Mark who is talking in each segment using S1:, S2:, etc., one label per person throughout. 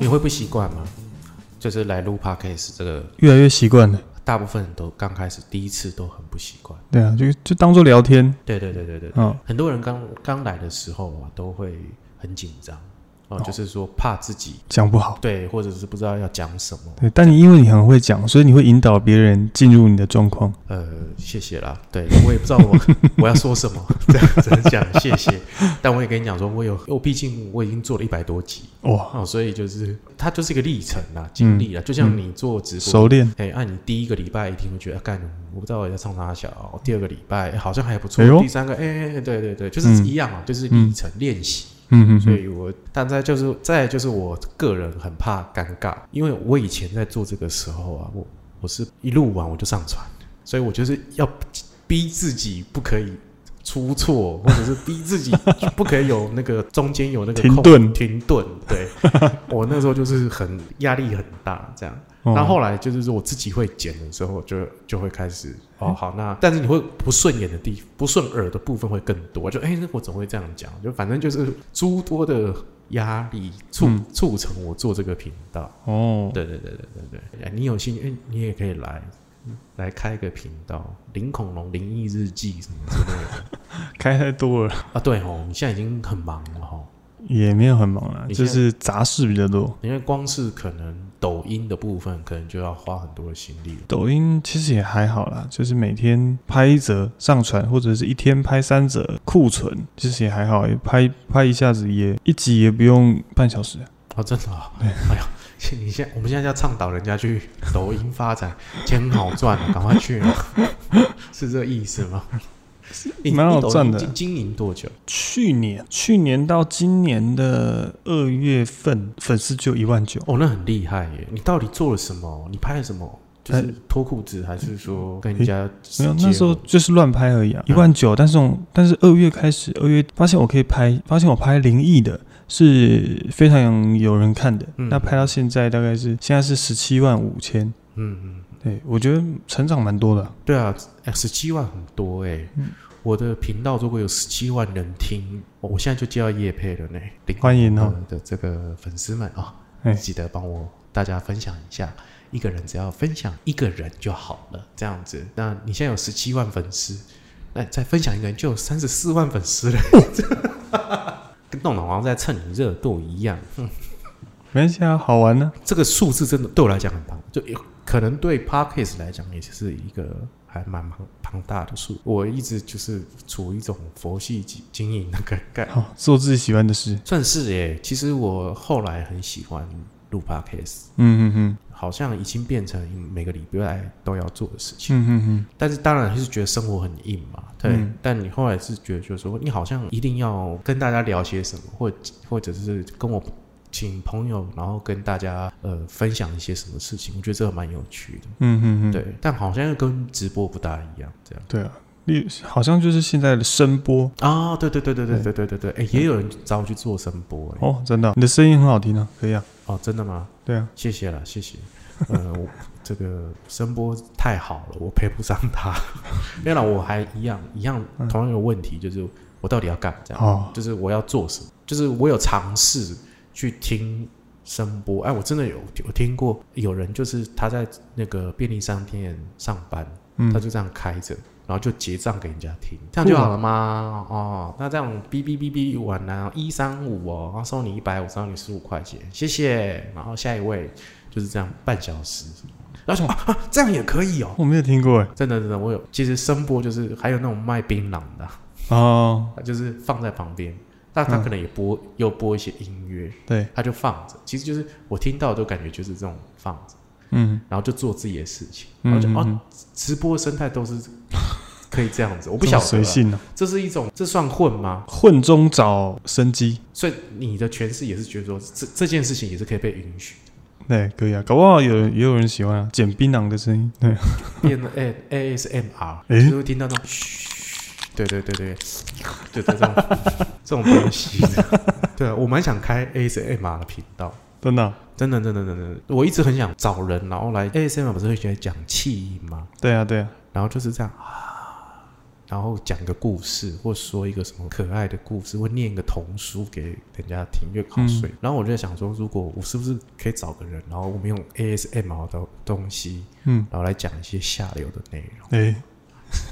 S1: 你会不习惯吗？就是来录 podcast 这个，
S2: 越来越习惯了。
S1: 大部分人都刚开始第一次都很不习惯。
S2: 对啊，就就当做聊天。
S1: 对对对对对，
S2: 嗯，
S1: 很多人刚刚来的时候啊，都会很紧张哦，就是说怕自己
S2: 讲不好。
S1: 对，或者是不知道要讲什么。
S2: 对，但你因为你很会讲，所以你会引导别人进入你的状况。
S1: 呃，谢谢啦。对我也不知道我 我要说什么， 这样只能讲谢谢。但我也跟你讲说，我有，我毕竟我已经做了一百多集
S2: 哇，
S1: 哦，所嗯以就是它就是一个历程啦，经历啦。啊就像你做直播，
S2: 熟练。
S1: 哎，按、你第一个礼拜一定会觉得，啊干、我不知道我在唱啥小。第二个礼拜、哎好像还不错，
S2: 哎呦
S1: 第三个，哎、哎哎对对对，就是
S2: 嗯
S1: 一样啊，就是历程练习。
S2: 嗯嗯
S1: 所
S2: 嗯，
S1: 以我，但在就是再来就是我个人很怕尴尬，因为我以前在做这个时候啊，我我是一录完我就上传，所以我就是要逼自己不可以出错，或者是逼自己不可以有那个中间有那个
S2: 停
S1: 空
S2: 顿
S1: 停顿。 对，我那时候就是很压力很大这样。
S2: 哦
S1: 那后来就是说我自己会剪的时候就，就会开始哦，好，那但是你会不顺眼的地不顺耳的部分会更多，就哎、那我怎么会这样讲？就反正就是诸多的压力促、
S2: 嗯
S1: 促成我做这个频道。
S2: 哦，
S1: 对对对对对对，哎你有兴趣，哎你也可以来嗯来开个频道，林恐龙灵异日记什么之类的
S2: 开太多了，
S1: 啊。对哦，你现在已经很忙了哦，
S2: 也没有很忙啦，
S1: 你现
S2: 就
S1: 在
S2: 是杂事比较多。
S1: 因为光是可能抖音的部分，可能就要花很多的心力了。
S2: 抖音其实也还好啦，就是每天拍一则上传，或者是一天拍三则库存，其实也还好，也拍拍一下子也一集也不用半小时。
S1: 哦，真的、哦，哎呀，你现在我们现在要倡导人家去抖音发展，钱很好赚的，赶快去啊， 是这意思吗？你
S2: 蛮好
S1: 你抖音
S2: 赚的
S1: 经经营多久？
S2: 去年去年到今年的二月份，粉丝就一万九。
S1: 哦，那很厉害耶！你到底做了什么？你拍了什么？就是
S2: 哎嗯
S1: 脱裤子，还是说跟人家
S2: 没有，
S1: 接
S2: 那时候
S1: 吻
S2: 就是乱拍而已啊，一
S1: 哦嗯
S2: 万九。但是我但是二月开始，二月发现我可以拍，发现我拍灵异的是非常有人看的。
S1: 嗯
S2: 那拍到现在大概是现在是十七万五千，
S1: 嗯嗯，
S2: 对我觉得成长蛮多的啊。
S1: 对啊，十七万很多哎。
S2: 嗯
S1: 我的频道如果有十七万人听，我我现在就接到叶配了呢。领
S2: 欢迎哦
S1: 的这个粉丝们啊、
S2: 哎
S1: 记得帮我大家分享一下，一个人只要分享一个人就好了，这样子。那你现在有十七万粉丝，那再分享一个人就有三十四万粉丝了， 跟弄得好像在蹭你热度一样。
S2: 没关系啊，好玩呢、
S1: 这个数字真的对我来讲很庞，就有可能对 Parkes 来讲也是一个还蛮庞庞大的数。我一直就是处于一种佛系经经营的概概
S2: 好做自己喜欢的事。
S1: 算是耶。其实我后来很喜欢录 Parkes，
S2: 嗯嗯嗯
S1: 好像已经变成每个礼拜都要做的事情。
S2: 嗯嗯嗯，
S1: 但是当然还是觉得生活很硬嘛，对。
S2: 嗯
S1: 但你后来是觉得，就是说你好像一定要跟大家聊些什么，或或者是跟我请朋友，然后跟大家呃分享一些什么事情，我觉得这个蛮有趣的，
S2: 嗯嗯嗯，
S1: 对。但好像又跟直播不大一样，这样。
S2: 对啊，例好像就是现在的声波
S1: 啊、对对对对对对对对对，哎，也有人找我去做声波、哎、
S2: 哦，真的啊、你的声音很好听啊，可以啊，
S1: 哦，真的吗？
S2: 对啊，
S1: 谢谢了，谢谢。 呃，我这个声波太好了，我配不上他。 没有啦，我还一样一样同样一个问题，就是我到底要干这样？
S2: 哦，
S1: 就是我要做什么，就是我有尝试去听声波，哎，我真的有有听过有人就是他在那个便利商店上班，
S2: 嗯
S1: 他，就这样开着，然后就结账给人家听，这样就好了吗？哦，那这样哔哔哔哔完啊，一三五哦，然后收你一百，我收你十五块钱，谢谢，然后下一位就是这样半小时，然后想啊啊，这样也可以哦。
S2: 我没有听过哎，
S1: 真的真的，我有，其实声波就是还有那种卖槟榔的啊、
S2: 哦，
S1: 他就是放在旁边，那他
S2: 嗯
S1: 可能也播、又播一些音乐，
S2: 对，
S1: 他就放着。其实就是我听到都感觉就是这种放着，
S2: 嗯。
S1: 然后就做自己的事情，
S2: 嗯
S1: 然后就、
S2: 嗯
S1: 哦
S2: 嗯，
S1: 直播生态都是可以这样子，我不晓得
S2: 随
S1: 啦，
S2: 性呢、
S1: 这是一种这算混吗？
S2: 混中找生机，
S1: 所以你的诠释也是觉得说这这件事情也是可以被允许的，
S2: 对，可以啊，搞不好有
S1: 嗯
S2: 人也有人喜欢啊，捡槟榔的声音，对，
S1: 变得 A A S M R，
S2: 诶
S1: 就会听到那种嘘，对对对对， 对对 这种这种东西，对啊，我蛮想开 A S M R 的频道。
S2: 真的啊、
S1: 真的真的真的真的，我一直很想找人，然后来 ASMR 不是会喜欢讲气音吗？
S2: 对啊，对啊，
S1: 然后就是这样啊，然后讲个故事，或说一个什么可爱的故事，或念个童书给人家听，越好睡。
S2: 嗯
S1: 然后我就在想说，如果我是不是可以找个人，然后我们用 ASMR 的东西，
S2: 嗯，
S1: 然后来讲一些下流的内容。
S2: 哎、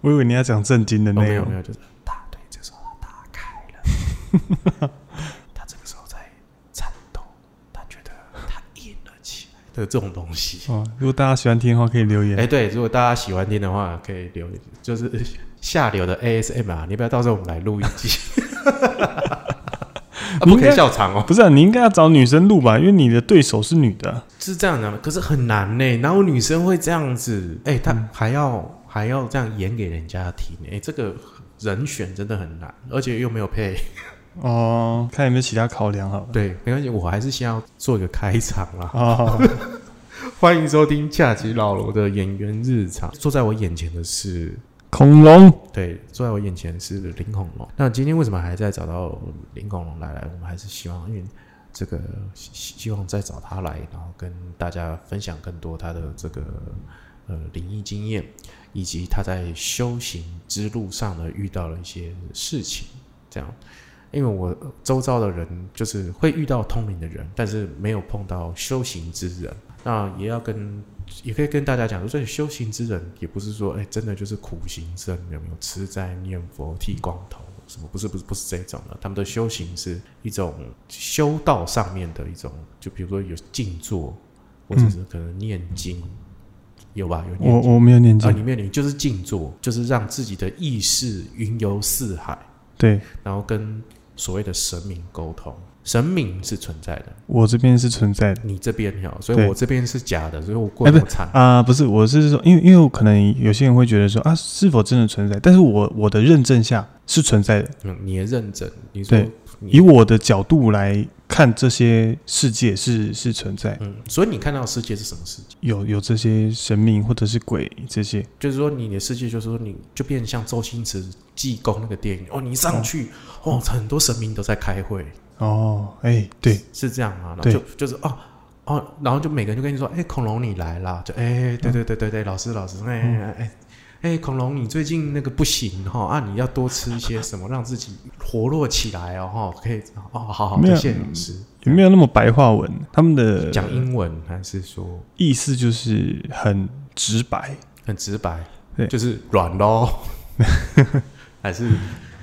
S2: 我以为你要讲正经的
S1: 哦没
S2: 内
S1: 有
S2: 容
S1: 没，有，就是大腿这时候他打开了， 他这个时候在颤抖，他觉得他硬了起来的这种东西。
S2: 哦，如果大家喜欢听的话，可以留言。
S1: 哎、对，如果大家喜欢听的话，可以留， 就是下流的 ASM 啊，你不要到时候我们来录一 集，啊、不
S2: 你应
S1: 可以
S2: 该
S1: 笑场哦，
S2: 不是、啊，你应该要找女生录吧，因为你的对手是女的啊。
S1: 是这样的，可是很难呢，哪有女生会这样子？哎、她
S2: 嗯
S1: 还要、还要这样演给人家听，哎、这个人选真的很难，而且又没有配，
S2: 哦，看有没有其他考量好 了。
S1: 对，没关系，我还是先要做一个开场啦。
S2: 哦，
S1: 欢迎收听假期老罗的演员日常，坐在我眼前的是
S2: 恐龙，
S1: 对，坐在我眼前是林恐龙。那今天为什么还在找到林恐龙来来？我们还是希望，因为这个希希希望再找他来，然后跟大家分享更多他的这个呃灵异经验，以及他在修行之路上呢遇到了一些事情。这样，因为我周遭的人就是会遇到通灵的人，但是没有碰到修行之人。那也要跟也可以跟大家讲说，这修行之人也不是说，哎、真的就是苦行僧，有没有吃斋念佛、剃光头什么？不是，不是，不是这种的。他们的修行是一种修道上面的一种，就比如说有静坐，或者是可能念经，有吧？有
S2: 我
S1: 念经
S2: 我没有念
S1: 啊，
S2: 经，
S1: 里面你就是静坐，就是让自己的意识云游四海，
S2: 对
S1: 然后跟所谓的神明沟通。神明是存在的，
S2: 我这边是存在的
S1: 你这边有，所以
S2: 对
S1: 我这边是假的，所以我过
S2: 哎
S1: 得
S2: 不
S1: 不惨。
S2: 啊、不是，我是说，因为因为我可能有些人会觉得说啊，是否真的存在？但是我我的认证下是存在的，
S1: 嗯，你的认真，你说
S2: 对以
S1: 你
S2: 我的角度来看，这些世界是是存在，
S1: 嗯，所以你看到的世界是什么世界？
S2: 有有这些神明或者是鬼这些，
S1: 就是说你的世界，就是说你就变得像周星驰《济公》那个电影哦，你一上
S2: 嗯
S1: 去哦，很多神明都在开会，
S2: 哦，哎、对，
S1: 是这样啊，然后
S2: 对
S1: 就就是哦。哦，然后就每个人就跟你说，哎、恐龙你来啦！就哎、对对对对对，老师老师，哎
S2: 嗯
S1: 哎哎哎，恐龙你最近那个不行哈、啊，你要多吃一些什么， 让自己活络起来哦，哈、可以哦，好好，
S2: 没
S1: 谢
S2: 有
S1: 谢
S2: 嗯
S1: 老师。
S2: 也没有那么白话文，他们的
S1: 讲英文还是说
S2: 意思就是很直白。
S1: 很直白，
S2: 对
S1: 就是软 咯，还是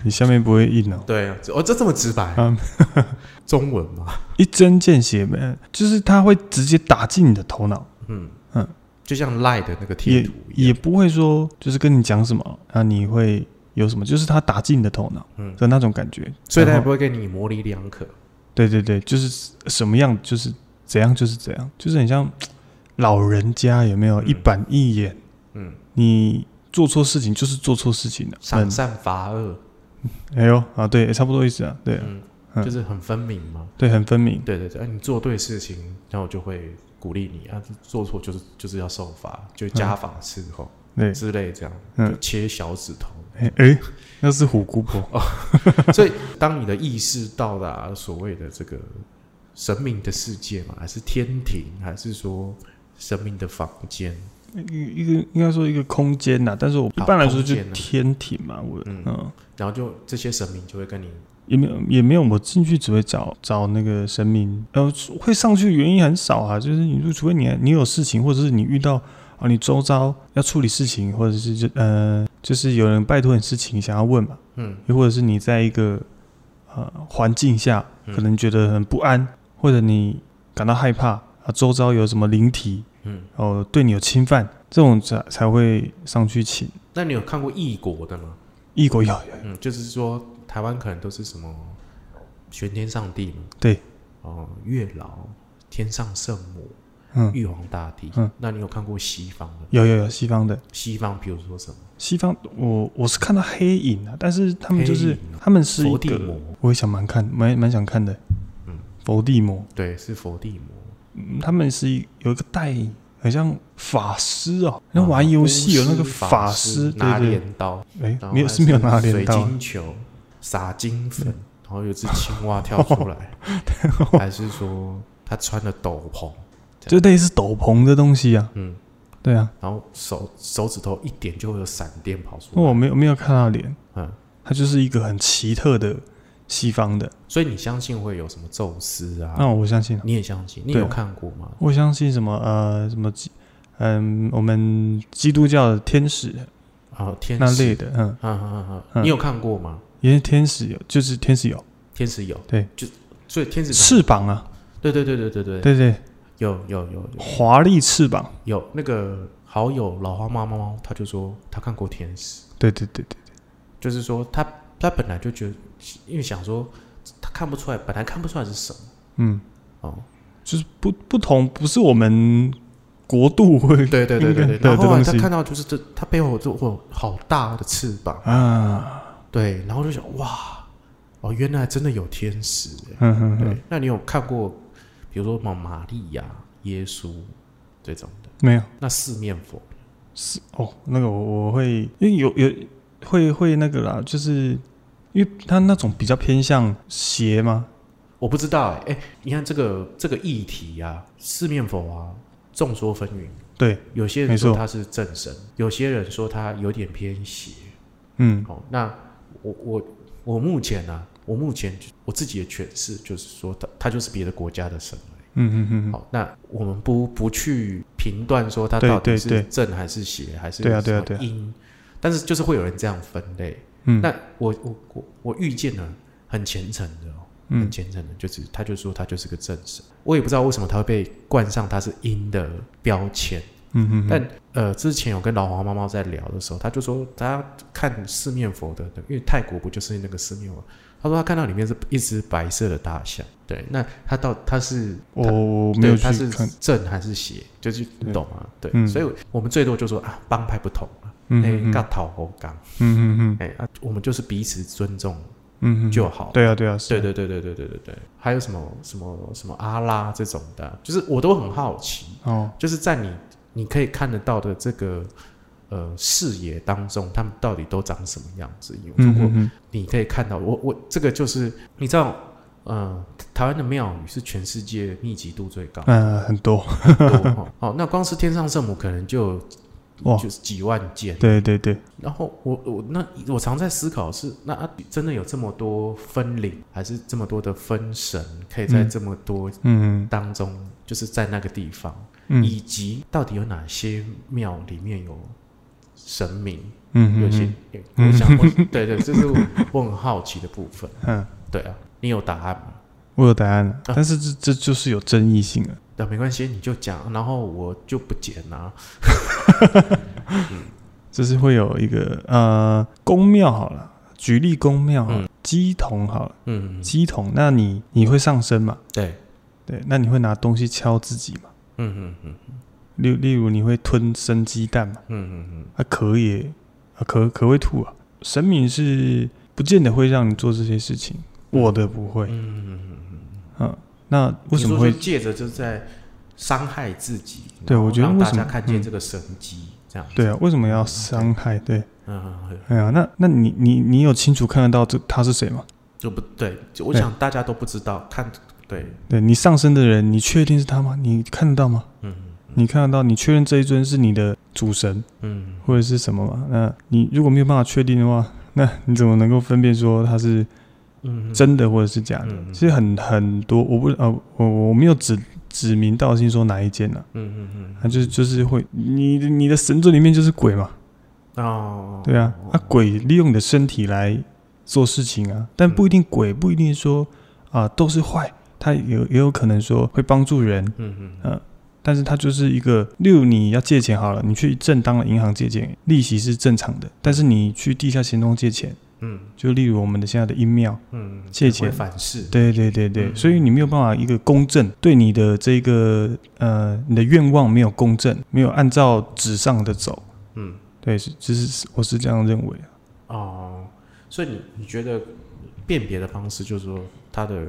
S2: 你下面不会硬哦，
S1: 对哦，这这么直白，
S2: 嗯
S1: 中文嘛，
S2: 一针见血，没有就是他会直接打进你的头脑，
S1: 嗯嗯
S2: 嗯，
S1: 就像赖的那个贴
S2: 也
S1: 图一
S2: 也
S1: 样，
S2: 不会说就是跟你讲什么啊，你会有什么，就是他打进你的头脑
S1: 嗯，
S2: 的那种感觉。
S1: 所以他也
S2: 然后
S1: 不会跟你模棱两可，
S2: 对对对，就是什么样就是怎样就是怎样，就是很像老人家有没有
S1: 嗯
S2: 一板一眼，
S1: 嗯，
S2: 你做错事情就是做错事情的，
S1: 赏
S2: 很
S1: 善罚恶，
S2: 哎呦啊，对，也差不多意思啊，对啊
S1: 嗯，
S2: 嗯
S1: 就是很分明嘛，
S2: 对，很分明，
S1: 对对对，啊你做对事情，那我就会鼓励你啊，做错就是就是要受罚，就家法伺候
S2: 对，
S1: 之类这样，
S2: 嗯
S1: 就切小指 头，
S2: 哎哎，那是虎姑
S1: 哦
S2: 婆，嗯
S1: 所以，当你的意识到达所谓的这个神明的世界嘛，还是天庭，还是说神明的房间，
S2: 一一个应该说一个空间呐，但是我一
S1: 好
S2: 般来说
S1: 空
S2: 就
S1: 间啊
S2: 天庭嘛，我
S1: 嗯
S2: 嗯。
S1: 然后就这些神明就会跟你，
S2: 也没有，也没有。我进去只会找找那个神明，呃，会上去的原因很少啊。就是你如，除非你你有事情，或者是你遇到啊，你周遭要处理事情，或者是就呃，就是有人拜托你事情想要问嘛，
S1: 嗯，
S2: 又或者是你在一个呃环境下，可能觉得很不安，或者你感到害怕啊，周遭有什么灵体，
S1: 嗯，
S2: 哦、对你有侵犯，这种才才会上去请
S1: 那你有看过异国的吗？
S2: 异国有有
S1: 嗯，就是说台湾可能都是什么玄天上帝嘛，
S2: 对，
S1: 哦、月老、天上圣母、
S2: 嗯
S1: 玉皇大帝，
S2: 嗯，
S1: 那你有看过西方的？
S2: 有有有西方的。
S1: 西方比如说什么
S2: 西方，我我是看到黑影啊，但是他们就是
S1: 黑影啊
S2: 他们是一
S1: 佛地
S2: 个，
S1: 魔，
S2: 我也想蛮看蛮蛮想看的，
S1: 嗯
S2: 佛地魔，
S1: 对，是佛地魔，
S2: 嗯他们是一有一个戴很像法师哦，那
S1: 啊
S2: 玩游戏有那个
S1: 巫师
S2: 法
S1: 师
S2: 师，
S1: 拿
S2: 对对，
S1: 镰刀。
S2: 哎
S1: 然，后
S2: 没有
S1: 还
S2: 是没有拿嗯
S1: 水
S2: 镰刀，
S1: 晶球、撒金粉，然后有只青蛙跳出 来， 还是说他穿了斗篷，
S2: 就类似斗篷的东西啊。
S1: 嗯，
S2: 对啊，
S1: 然后手手指头一点就会有闪电跑出
S2: 因为
S1: 来。
S2: 哦我没有没有看到脸，
S1: 嗯，
S2: 它就是一个很奇特的西方的。
S1: 所以你相信会有什么宙斯啊？
S2: 那我相信啊，
S1: 你也相信？你
S2: 对
S1: 有看过吗？
S2: 我相信什么呃什么基嗯我们基督教的天使
S1: 啊，天
S2: 那类
S1: 使，
S2: 的，嗯，
S1: 啊啊啊！
S2: 嗯
S1: 你有看过吗？
S2: 因为天使有就是天使有
S1: 天使有，
S2: 对，
S1: 就所以天使
S2: 翅膀啊，
S1: 对对对对对对，
S2: 对对，
S1: 有有有有
S2: 华丽翅膀，
S1: 有那个好友老花猫猫猫，他就说他看过天使，
S2: 对对对对，
S1: 就是说他他本来就觉得，因为想说他看不出来，本来看不出来是什么
S2: 嗯，
S1: 哦，
S2: 就是不不同，不是我们国度会
S1: 对对对对对，
S2: 应该
S1: 然后后来他
S2: 对对对
S1: 看到就是这他背后就有好大的翅膀，
S2: 啊，
S1: 对，然后就想哇哦，原来真的有天使耶，
S2: 嗯哼哼，
S1: 对，那你有看过比如说什么玛利亚、耶稣这种的，
S2: 没有
S1: 那四面佛
S2: 是哦，那个我我会因为有有会会那个啦，就是因为它那种比较偏向邪嘛，
S1: 我不知道哎、欸你看这个这个议题啊，四面佛啊，众说纷纭。
S2: 对，
S1: 有些人说
S2: 没错
S1: 他是正神，有些人说他有点偏邪。
S2: 嗯
S1: 哦，那我我我目前啊，我目前就我自己的诠释就是说他他就是别的国家的神而已。
S2: 嗯嗯嗯，
S1: 好，那我们不不去评断说他
S2: 对
S1: 到底
S2: 对
S1: 是
S2: 对
S1: 正还是邪，还是
S2: 对啊对啊
S1: 什么
S2: 对啊
S1: 阴，但是就是会有人这样分类。
S2: 嗯
S1: 那我我我我遇见了很虔诚的、哦，
S2: 嗯
S1: 很虔诚的，就是他就说他就是个正神，我也不知道为什么他会被冠上他是阴的标签。
S2: 嗯嗯，
S1: 但呃，之前有跟老黄猫猫在聊的时候，他就说他看四面佛的，因为泰国不就是那个四面佛？他说他看到里面是一只白色的大象。对，那他到他是
S2: 我
S1: 他
S2: 我没
S1: 对
S2: 有去
S1: 他是
S2: 看，
S1: 正还是邪，就是你懂吗？对，
S2: 嗯
S1: 所以我们最多就说啊，帮派不同啊，
S2: 嗯
S1: 哎、
S2: 嗯
S1: 尬讨猴刚，
S2: 嗯嗯
S1: 哎、啊，我们就是彼此尊重
S2: 嗯嗯，
S1: 就好。
S2: 对啊对啊，是
S1: 对
S2: 啊，
S1: 对对对对对对对，还有什么什么什么阿拉这种的啊，就是我都很好奇，
S2: 哦，
S1: 就是在你你可以看得到的这个呃视野当中，他们到底都长什么样子？有如
S2: 嗯
S1: 果
S2: 嗯嗯，
S1: 你可以看到，我我这个就是你知道，呃，台湾的庙宇是全世界密集度最高
S2: 嗯很多
S1: 多哦哦，那光是天上圣母可能就
S2: 哇，
S1: 就是几万件，
S2: 对对对，
S1: 然后我我那我常在思考是，那、啊、真的有这么多分灵，还是这么多的分神，可以在
S2: 嗯
S1: 这么多
S2: 嗯
S1: 当中，就是在那个地方，
S2: 嗯
S1: 以及到底有哪些庙里面有神明？
S2: 嗯
S1: 有些
S2: 嗯，
S1: 我想我，对对，这是我我很好奇的部分。
S2: 嗯，
S1: 对啊，你有答案吗？
S2: 我有答案了，
S1: 啊
S2: 但是这这就是有争议性了。
S1: 那啊没关系，你就讲，然后我就不剪啊。
S2: 就是会有一个呃宫庙好了，举例宫庙好了
S1: 嗯
S2: 鸡桶好了，
S1: 嗯，
S2: 鸡桶，那你你会上身嘛？
S1: 对，
S2: 对，那你会拿东西敲自己嘛？
S1: 嗯嗯嗯
S2: 例例如你会吞生鸡蛋嘛？
S1: 嗯嗯
S2: 啊可也啊可可会吐啊？神明是不见得会让你做这些事情，我的不
S1: 嗯
S2: 会，
S1: 嗯嗯嗯。
S2: 嗯，那为什
S1: 你
S2: 么
S1: 说
S2: 会
S1: 就借着就是在伤害自己？
S2: 对
S1: 然后
S2: 我觉得
S1: 让
S2: 为
S1: 大
S2: 什
S1: 家
S2: 么
S1: 看见
S2: 嗯
S1: 这个神机，这样
S2: 对啊？为什么要伤害？对，
S1: 嗯，
S2: 哎呀，那那你你你有清楚看得到这他是谁吗？
S1: 就不对，就我
S2: 对
S1: 想大家都不知道看对，
S2: 对你上身的人，你确定是他吗？你看得到吗？
S1: 嗯
S2: 你看得到，你确认这一尊是你的主神
S1: 嗯
S2: 或者是什么吗？那你如果没有办法确定的话，那你怎么能够分辨说它是
S1: 嗯，
S2: 真的或者是假的？
S1: 嗯嗯
S2: 其实很很多，我不呃，我我没有指指名道姓说哪一间呢、
S1: 嗯嗯
S2: 啊，就是就是会你你的神尊里面就是鬼嘛，
S1: 嗯哦，
S2: 对啊，啊鬼利用你的身体来做事情啊，
S1: 嗯
S2: 但不一定鬼不一定说啊、都是坏，他有也有可能说会帮助人，
S1: 嗯嗯
S2: 但是它就是一个，例如你要借钱好了，你去正当的银行借钱，利息是正常的，但是你去地下钱庄借钱，
S1: 嗯
S2: 就例如我们的现在的阴庙，
S1: 嗯，
S2: 借
S1: 会
S2: 钱
S1: 反噬，
S2: 对对对对，
S1: 嗯
S2: 所以你没有办法一个公正对你的这个呃你的愿望没有公正，没有按照纸上的走，
S1: 嗯
S2: 对，是只是我是这样认为啊，
S1: 哦，所以你你觉得辨别的方式就是说它的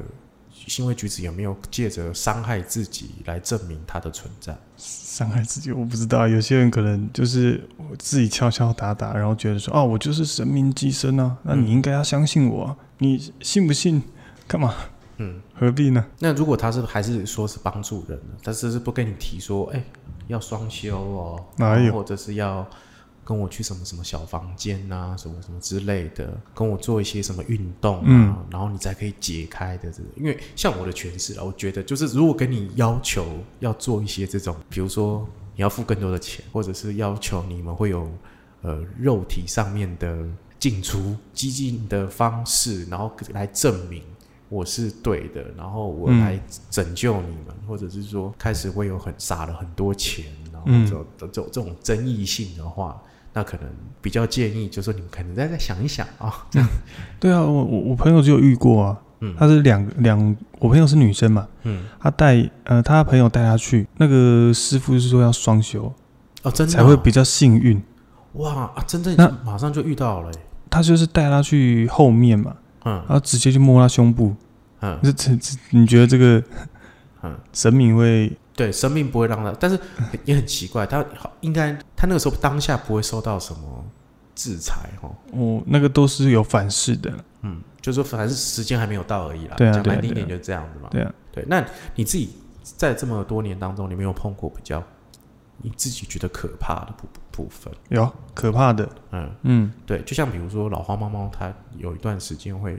S1: 行为举止有没有借着伤害自己来证明他的存在？
S2: 伤害自己，我不知道。有些人可能就是我自己敲敲打打，然后觉得说，哦，我就是神明寄生啊，那你应该要相信我啊、你信不信？干嘛？
S1: 嗯，
S2: 何必呢？
S1: 那如果他是还是说是帮助人呢？但是是不跟你提说，哎、要双休哦，
S2: 哪有
S1: 或者是要跟我去什么什么小房间呐、什么什么之类的，跟我做一些什么运动啊，
S2: 嗯
S1: 然后你才可以解开的这个。因为像我的诠释啊，我觉得就是如果跟你要求要做一些这种，比如说你要付更多的钱，或者是要求你们会有呃肉体上面的进出激进的方式，然后来证明。我是对的，然后我
S2: 嗯
S1: 来拯救你们，或者是说开始会有很撒了很多钱，然后
S2: 嗯
S1: 这种这种这种争议性的话，那可能比较建议就是说你们可能再再想一想啊，这样
S2: 对啊，我我我朋友就有遇过啊，
S1: 嗯
S2: 她是两两，我朋友是女生嘛，
S1: 嗯
S2: 她带呃她朋友带她去，那个师傅是说要双休
S1: 哦，真的啊
S2: 才会比较幸运，
S1: 哇啊，真的
S2: 那
S1: 马上就遇到了欸，
S2: 她就是带她去后面嘛，然
S1: 嗯
S2: 后直接就摸她胸部，
S1: 嗯
S2: 这这这，你觉得这个
S1: 嗯，
S2: 神明会
S1: 对，生命不会让他，但是也很奇怪，他好应该他那个时候当下不会受到什么制裁哦，
S2: 哦，那个都是有反噬的啦，
S1: 嗯，就是说反正时间还没有到而已啦，
S2: 对啊
S1: 讲
S2: 对啊
S1: 难听
S2: 对啊
S1: 点就这样子嘛，
S2: 对啊，
S1: 对，那你自己在这么多年当中，你没有碰过比较你自己觉得可怕的部部分？
S2: 有可怕的，
S1: 嗯，
S2: 嗯
S1: 对，就像比如说老花猫猫，它有一段时间会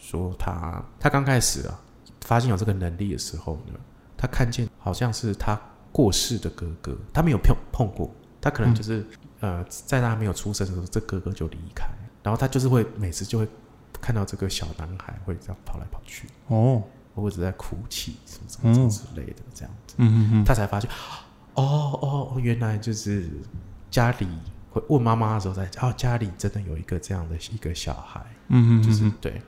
S1: 说它，它刚开始啊发现有这个能力的时候呢，它看见好像是它过世的哥哥，它没有碰碰过，它可能就是、呃在它没有出生的时候，这哥哥就离开，然后它就是会每次就会看到这个小男孩会这样跑来跑去，
S2: 哦，
S1: 或者在哭泣什么什么什么之类的这样子。
S2: 嗯嗯嗯，
S1: 他才发现，哦哦，原来就是家里会问妈妈的时候才，哦，家里真的有一个这样的一个小孩，
S2: 嗯嗯，
S1: 就是、
S2: 嗯嗯
S1: 对。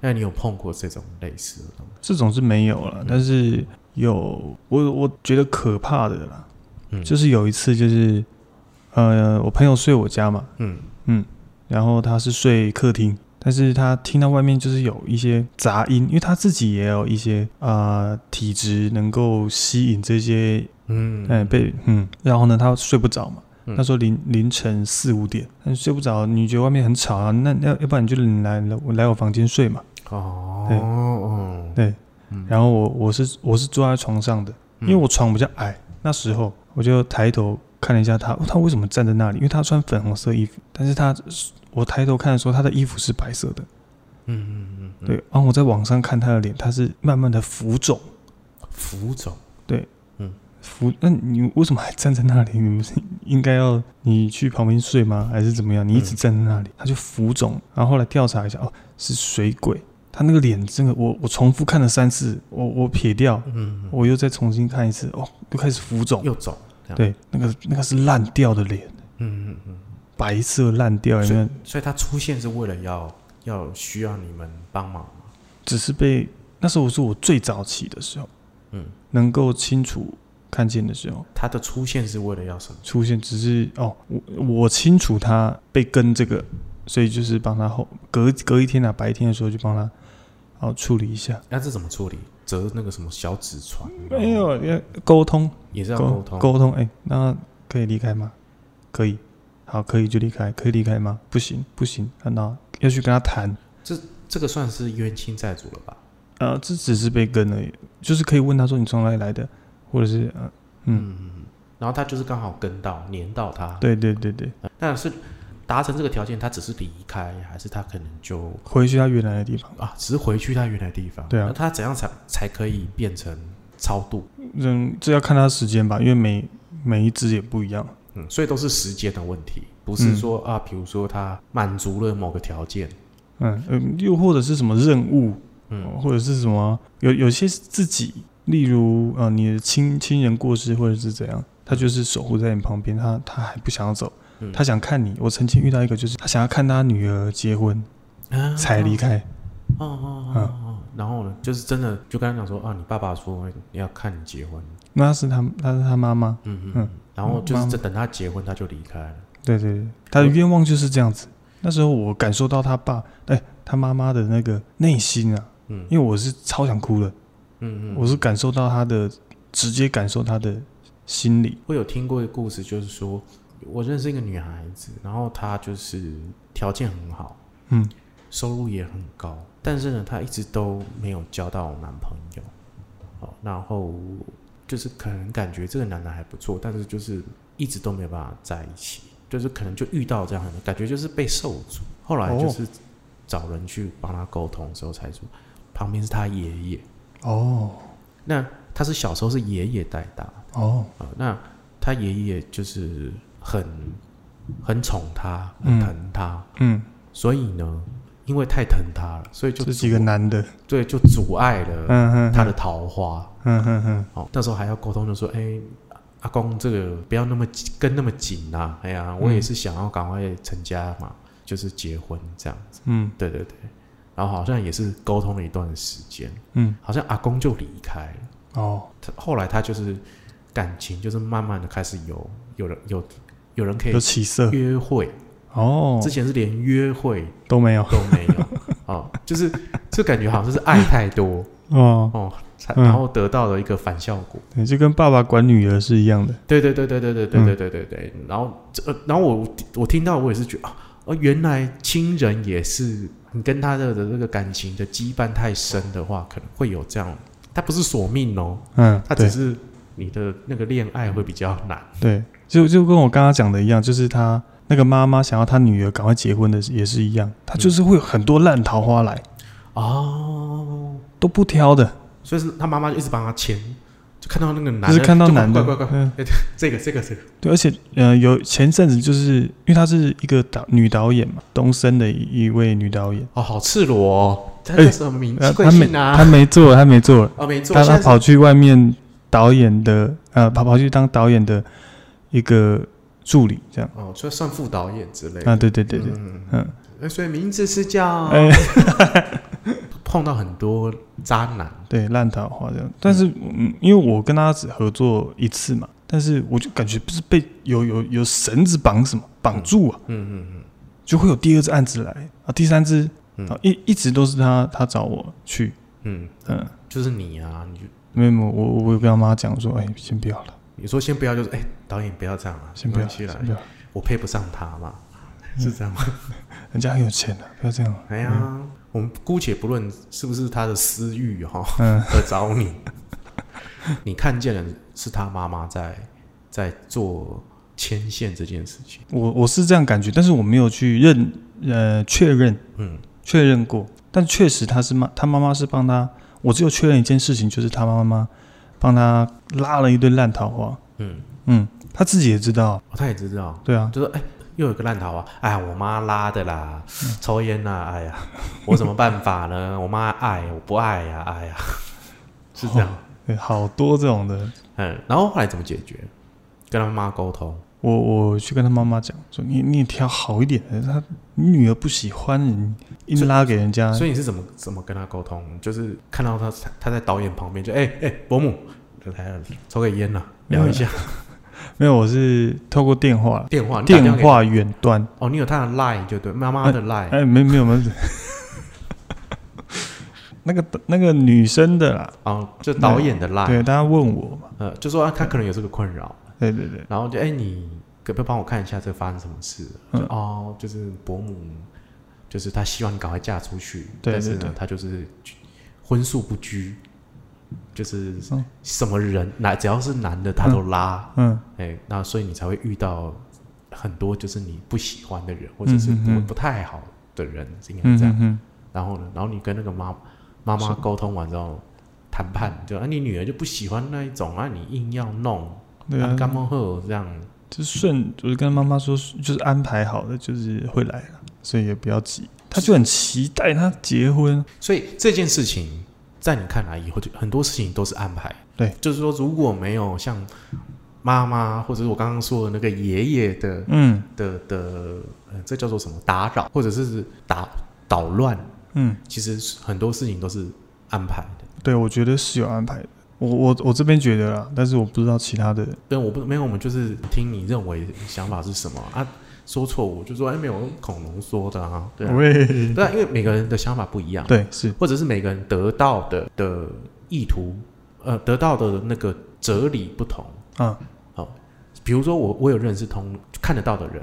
S1: 那你有碰过这种类似的东西？
S2: 这种是没有了，但是有我我觉得可怕的啦，
S1: 嗯
S2: 就是有一次就是，呃，我朋友睡我家嘛，
S1: 嗯
S2: 然后他是睡客厅，但是他听到外面就是有一些杂音，因为他自己也有一些呃体质能够吸引这些
S1: 嗯
S2: 哎，被嗯，然后呢，他睡不着嘛，
S1: 嗯
S2: 那时候凌凌晨四五点，但睡不着，你觉得外面很吵啊？那要要不然你就来来我来我房间睡嘛。
S1: 哦
S2: 对
S1: 哦，
S2: 对，
S1: 嗯
S2: 然后我我是我是坐在床上的，因为我床比较矮，那时候我就抬头看了一下他，哦他为什么站在那里？因为他穿粉红色衣服，但是他我抬头看的时候，他的衣服是白色的。
S1: 嗯嗯嗯，
S2: 对，然后我在网上看他的脸，他是慢慢的浮肿。
S1: 浮肿，
S2: 浮，那你为什么还站在那里？你不是应该要你去旁边睡吗？还是怎么样？你一直站在那里，他就浮肿。然后后来调查一下，哦，是水鬼。他那个脸真的，我我重复看了三次，我我撇掉，
S1: 嗯，
S2: 我又再重新看一次，哦，又开始浮肿。
S1: 又肿，这样，
S2: 对，那个那个是烂掉的脸，
S1: 嗯嗯嗯
S2: 白色烂
S1: 嗯，
S2: 掉，有没
S1: 所
S2: 有
S1: 以？所以他出现是为了要要需要你们帮忙嘛，
S2: 只是被那时候是我最早期的时候，
S1: 嗯，
S2: 能够清楚看见的时候。
S1: 他的出现是为了要什么？
S2: 出现，只是哦，我我清楚他被跟这个，所以就是帮他后隔隔一天啊，白天的时候就帮他，然后处理一下。
S1: 那这怎么处理？折那个什么小纸船？
S2: 没有，要哦沟通，
S1: 也是要沟
S2: 沟
S1: 通。
S2: 沟通，哎、那可以离开吗？可以，好，可以就离开，可以离开吗？不行，不行，啊那要去跟他谈。
S1: 这个算是冤亲债主了吧？
S2: 呃，这只是被跟而已，就是可以问他说你从哪里来的，或者是呃，嗯，
S1: 嗯，然后他就是刚好跟到黏到他，，
S2: 对对对对，
S1: 但是达成这个条件，他只是离开，还是他可能就
S2: 回去他原来的地方。
S1: 啊，只是回去他原来的地方？
S2: 对啊
S1: 那他怎样才才可以变成超度？
S2: 嗯，这要看他时间吧，因为每每一只也不一样。
S1: 嗯，所以都是时间的问题，不是说、啊，比如说他满足了某个条件，
S2: 嗯，呃又或者是什么任务，
S1: 嗯
S2: 或者是什么有有些是自己，例如呃你的亲亲人过世或者是怎样，他就是守护在你旁边，他他还不想要走，
S1: 嗯
S2: 他想看你。我曾经遇到一个，就是他想要看他女儿结婚
S1: 啊
S2: 才离开，
S1: 哦哦哦哦
S2: 嗯
S1: 哦，然后呢，就是真的就跟他讲说啊，你爸爸说要看你结婚，
S2: 那是他他是他妈妈，
S1: 嗯嗯，
S2: 嗯
S1: 然后就是
S2: 妈妈
S1: 这等他结婚他就离开了，
S2: 对对对，他的愿望就是这样子。那时候我感受到他爸哎他妈妈的那个内心啊，
S1: 嗯
S2: 因为我是超想哭的，
S1: 嗯嗯，
S2: 我是感受到他的，直接感受他的心理，
S1: 我有听过一个故事，就是说我认识一个女孩子，然后她就是条件很好，
S2: 嗯，
S1: 收入也很高，但是呢，她一直都没有交到男朋友。哦，然后就是可能感觉这个男的还不错，但是就是一直都没有办法在一起，就是可能就遇到这样的感觉，就是被受阻。后来就是找人去帮他沟通之后，才说旁边是他爷爷，
S2: 哦
S1: 那他是小时候是爷爷带大的。
S2: 哦，
S1: 啊、那他爷爷就是很很宠他，很
S2: 嗯
S1: 疼他，
S2: 嗯，
S1: 所以呢，因为太疼他了，所以就
S2: 这几个
S1: 阻
S2: 男的，
S1: 对就阻碍了
S2: 嗯哼，
S1: 他的，桃花。
S2: 嗯哼哼，
S1: 哦，那时候还要沟通，就说：“哎、阿公，这个不要那么紧跟那么紧呐、哎呀，我也
S2: 嗯
S1: 是想要赶快成家嘛，就是结婚这样子。
S2: 嗯”
S1: 对对对，然后好像也是沟通了一段时间，
S2: 嗯，
S1: 好像阿公就离开了。
S2: 哦，
S1: 他后来他就是感情就是慢慢的开始有有人有有人可以
S2: 有起色，
S1: 约会，
S2: 哦
S1: 之，前是连约会
S2: 都没有，
S1: 都没有 哦，就是就感觉好像是爱太多
S2: 哦，
S1: 哦，才
S2: 嗯
S1: 然后得到了一个反效果。
S2: 对，就跟爸爸管女儿是一样的，
S1: 对对对对对对对对对对对，然后这呃然后我我听到我也是觉得啊。哦，原来亲人也是你跟他的的这个感情的羁绊太深的话，可能会有这样。他不是索命哦，
S2: 嗯，
S1: 他
S2: 对
S1: 只是你的那个恋爱会比较难。
S2: 对，就就跟我刚刚讲的一样，就是他那个妈妈想要他女儿赶快结婚的也是一样，
S1: 嗯
S2: 他就是会有很多烂桃花来，
S1: 哦，
S2: 都不挑的，
S1: 所以是他妈妈就一直帮他签，就看到那个男的，
S2: 就是看到
S1: 就
S2: 男的，
S1: 快快快，
S2: 嗯，
S1: 这个这个这个，
S2: 对，而且呃，有前阵子就是因为她是一个导女导演嘛，东森的一一位女导演，
S1: 哦，好赤裸哦，他
S2: 哎
S1: 叫什么名？
S2: 呃
S1: 季贵
S2: 她没
S1: 姓啊
S2: 她？没做，她没做，
S1: 哦，没错，
S2: 她她
S1: 现在是
S2: 跑去外面导演的呃，跑跑去当导演的一个助理这样
S1: 哦，就算副导演之类的。
S2: 啊，对对对对，
S1: 嗯，
S2: 嗯，
S1: 哎所以名字是叫
S2: 哎、
S1: 碰到很多渣男，
S2: 对烂桃花这样，但是嗯，因为我跟她只合作一次嘛，但是我就感觉不是被有有有绳子绑什么绑住啊，
S1: 嗯嗯
S2: 就会有第二只案子来啊，第三只
S1: 嗯
S2: 啊一一直都是她她找我去，
S1: 嗯
S2: 嗯。
S1: 嗯，就是你啊，你就
S2: 没有，没有，我我我有跟他妈讲说，哎、先不要了，
S1: 你说先不要，就是哎，导演不要这样啊，
S2: 先
S1: 没
S2: 不要
S1: 关系
S2: 了，先
S1: 啦，
S2: 不要了，
S1: 我配不上他嘛，是这样吗？
S2: 人家很有钱的、不要这样了。
S1: 哎呀，我们姑且不论是不是他的私欲哈，
S2: 嗯，
S1: 而找你，你看见的是他妈妈在在做牵线这件事情。
S2: 我我是这样感觉，但是我没有去认呃确认
S1: 嗯
S2: 确认过，但确实他是妈，他妈妈是帮他，我只有确认一件事情，就是他妈妈帮他拉了一堆烂桃花，
S1: 嗯，
S2: 嗯，他自己也知道，
S1: 哦他也知道，
S2: 对啊，
S1: 就是哎、又有个烂桃花，哎呀，我妈拉的啦，抽烟啦，哎呀，我什么办法呢？我妈爱，我不爱呀、哎呀，是这样。
S2: 对，好多这种的，
S1: 嗯，然后后来怎么解决？跟他妈沟通，
S2: 我我去跟他妈妈讲说，你你也挑好一点的，他你女儿不喜欢你，硬拉给人家，
S1: 所以你是怎么怎么跟他沟通？就是看到他他在导演旁边，就哎哎、伯母来抽个烟啦，
S2: 嗯
S1: 聊一下、
S2: 没有，我是透过电话，
S1: 电话，你打
S2: 电
S1: 给
S2: 话远端，
S1: 哦，你有他的 line 就对，妈妈的 line，、
S2: 哎，没没有 没有，那个那个女生的啦，
S1: 哦，就导演的 line，
S2: 对，大家问我嘛，
S1: 呃，就说、啊、他可能有这个困扰，
S2: 对对对，
S1: 然后就哎、你可不可以帮我看一下这发生什么事了？就
S2: 嗯
S1: 哦，就是伯母，就是她希望你赶快嫁出去，
S2: 对
S1: 但是
S2: 对
S1: 呢
S2: 对，
S1: 她就是婚素不拘，就是
S2: 嗯
S1: 什么人，哪只要是男的他都拉，
S2: 嗯
S1: 哎、那所以你才会遇到很多就是你不喜欢的人，或者是
S2: 嗯嗯
S1: 不、
S2: 嗯
S1: 不太好的人，应该是
S2: 嗯
S1: 这样。
S2: 嗯嗯，
S1: 然后呢，然后你跟那个妈妈妈沟通完之后，谈判就啊，你女儿就不喜欢那一种啊，你硬要弄，
S2: 对
S1: 啊
S2: 啊，
S1: 干嘛后这样？
S2: 就顺，我就跟妈妈说，就是安排好的，就是会来了，所以也不要急，她就很期待她结婚，
S1: 所以这件事情在你看来，以后就很多事情都是安排。
S2: 对，
S1: 就是说如果没有像妈妈或者是我刚刚说的那个爷爷的
S2: 嗯
S1: 的的、呃，这叫做什么打扰，或者是打捣乱，
S2: 嗯，
S1: 其实很多事情都是安排的。
S2: 对，我觉得是有安排的，我我我这边觉得啦，但是我不知道其他的，
S1: 对，我不没有，我们就是听你认为想法是什么啊？说错误，就说哎没有恐龙说的啊，对啊，
S2: 喂，
S1: 对啊，因为每个人的想法不一样，，
S2: 对，是，
S1: 或者是每个人得到的的意图，呃，得到的那个哲理不同。
S2: 嗯，
S1: 比如说我我有认识通看得到的人，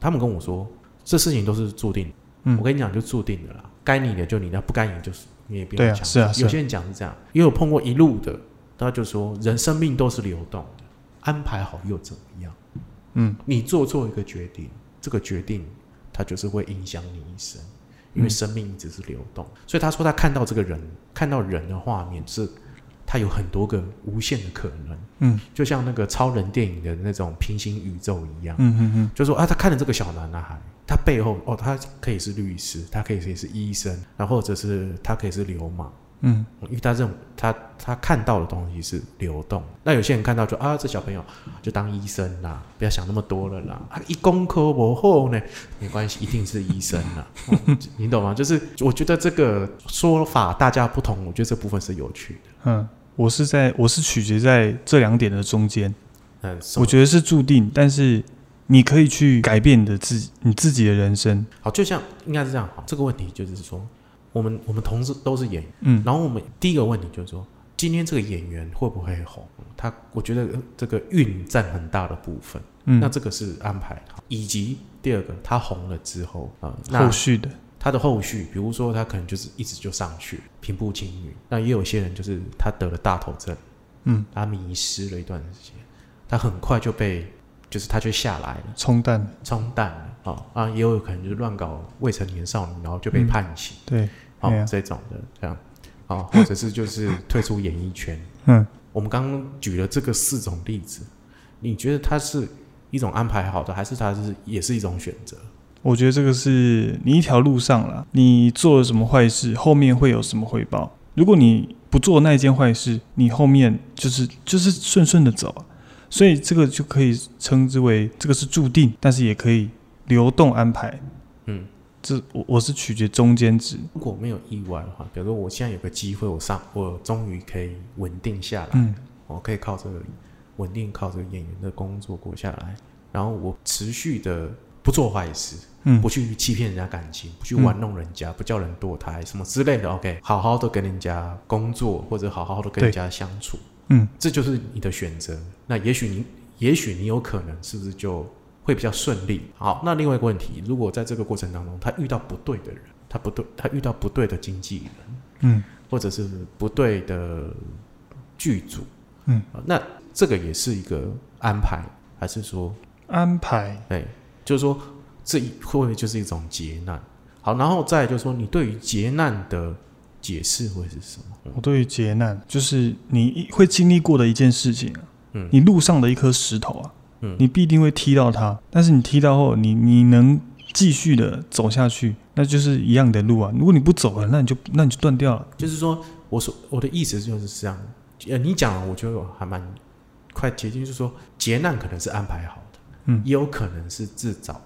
S1: 他们跟我说这事情都是注定的，
S2: 嗯
S1: 我跟你讲就注定的啦，该你的就你的，不该你就是你也不
S2: 对
S1: 用
S2: 啊
S1: 讲。
S2: 是啊是啊
S1: 有些人讲是这样，也有碰过一路的，他就说人生命都是流动的，安排好又怎么样？
S2: 嗯，
S1: 你做错一个决定，这个决定它就是会影响你一生，因为
S2: 嗯
S1: 生命一直是流动。所以他说他看到这个人，看到人的画面是，他有很多个无限的可能。
S2: 嗯，
S1: 就像那个超人电影的那种平行宇宙一样，
S2: 嗯嗯嗯，
S1: 就说啊，他看了这个小男孩，他背后哦，他可以是律师，他可以是医生，然后或者是他可以是流氓。
S2: 嗯，
S1: 因为他认为他他看到的东西是流动，那有些人看到就啊，这小朋友就当医生啦，不要想那么多了啦，啊，一工科不后呢，没关系，一定是医生啦，哦你懂吗？就是我觉得这个说法大家不同，我觉得这部分是有趣的。
S2: 嗯，我是在我是取决在这两点的中间，
S1: 嗯，什么
S2: 我觉得是注定，但是你可以去改变你的自己，你自己的人生。
S1: 好，就像应该是这样，好这个问题就是说，我们我们同事都是演员，
S2: 嗯
S1: 然后我们第一个问题就是说，今天这个演员会不会红？他我觉得呃这个运占很大的部分。
S2: 嗯，
S1: 那这个是安排好，以及第二个，他红了之后啊、呃
S2: 嗯后
S1: 那
S2: 续的，
S1: 他的后续，比如说他可能就是一直就上去，平步青云。那也有些人就是他得了大头症，
S2: 嗯，
S1: 他迷失了一段时间，他很快就被，就是他就下来了，
S2: 冲淡了，
S1: 冲淡了。哦啊，也有可能就是乱搞未成年少女，然后就被判刑，
S2: 对，
S1: 好、
S2: 嗯对啊
S1: 这种的这样，哦，或者是就是退出演艺圈，
S2: 嗯
S1: 我们刚刚举了这个四种例子，你觉得它是一种安排好的，还是它是也是一种选择？
S2: 我觉得这个是你一条路上啦，你做了什么坏事，后面会有什么回报。如果你不做那一件坏事，你后面就是就是顺顺的走啊、所以这个就可以称之为这个是注定，但是也可以流动安排。
S1: 嗯，
S2: 这我我是取决中间值。
S1: 如果没有意外的话，比如说我现在有个机会，我上我终于可以稳定下来，
S2: 嗯
S1: 我可以靠这个稳定靠这个演员的工作过下来，然后我持续的不做坏事，
S2: 嗯
S1: 不去欺骗人家感情，不去玩弄人家，不叫人堕胎什么之类的。OK，好好的跟人家工作，或者好好的跟人家相处，
S2: 嗯，
S1: 这就是你的选择。那也许你，也许你有可能是不是就会比较顺利？好，那另外一个问题，如果在这个过程当中，他遇到不对的人，他不对，他遇到不对的经纪人，
S2: 嗯
S1: 或者是不对的剧组，
S2: 嗯
S1: 啊，那这个也是一个安排，还是说
S2: 安排
S1: 哎，就是说这一会不会就是一种劫难？好，然后再来就是说，你对于劫难的解释会是什么？
S2: 我对于劫难，就是你一会经历过的一件事情、啊，
S1: 嗯
S2: 你路上的一颗石头啊，
S1: 嗯
S2: 你必定会踢到它，但是你踢到后，你你能继续的走下去，那就是一样的路啊。如果你不走了，那你就那你就断掉了。
S1: 就是说，我所我的意思就是这样。呃，你讲了，我觉得我还蛮快接近，就是说劫难可能是安排好的，
S2: 嗯
S1: 也有可能是自找的。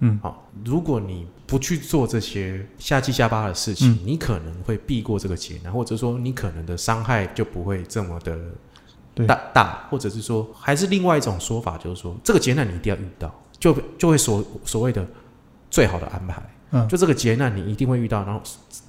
S2: 嗯
S1: 好，如果你不去做这些下七下八的事情，
S2: 嗯
S1: 你可能会避过这个劫难，或者说你可能的伤害就不会这么的
S2: 对
S1: 大大，或者是说，还是另外一种说法，就是说这个劫难你一定要遇到，就就会所所谓的最好的安排。
S2: 嗯
S1: 就这个劫难你一定会遇到，然后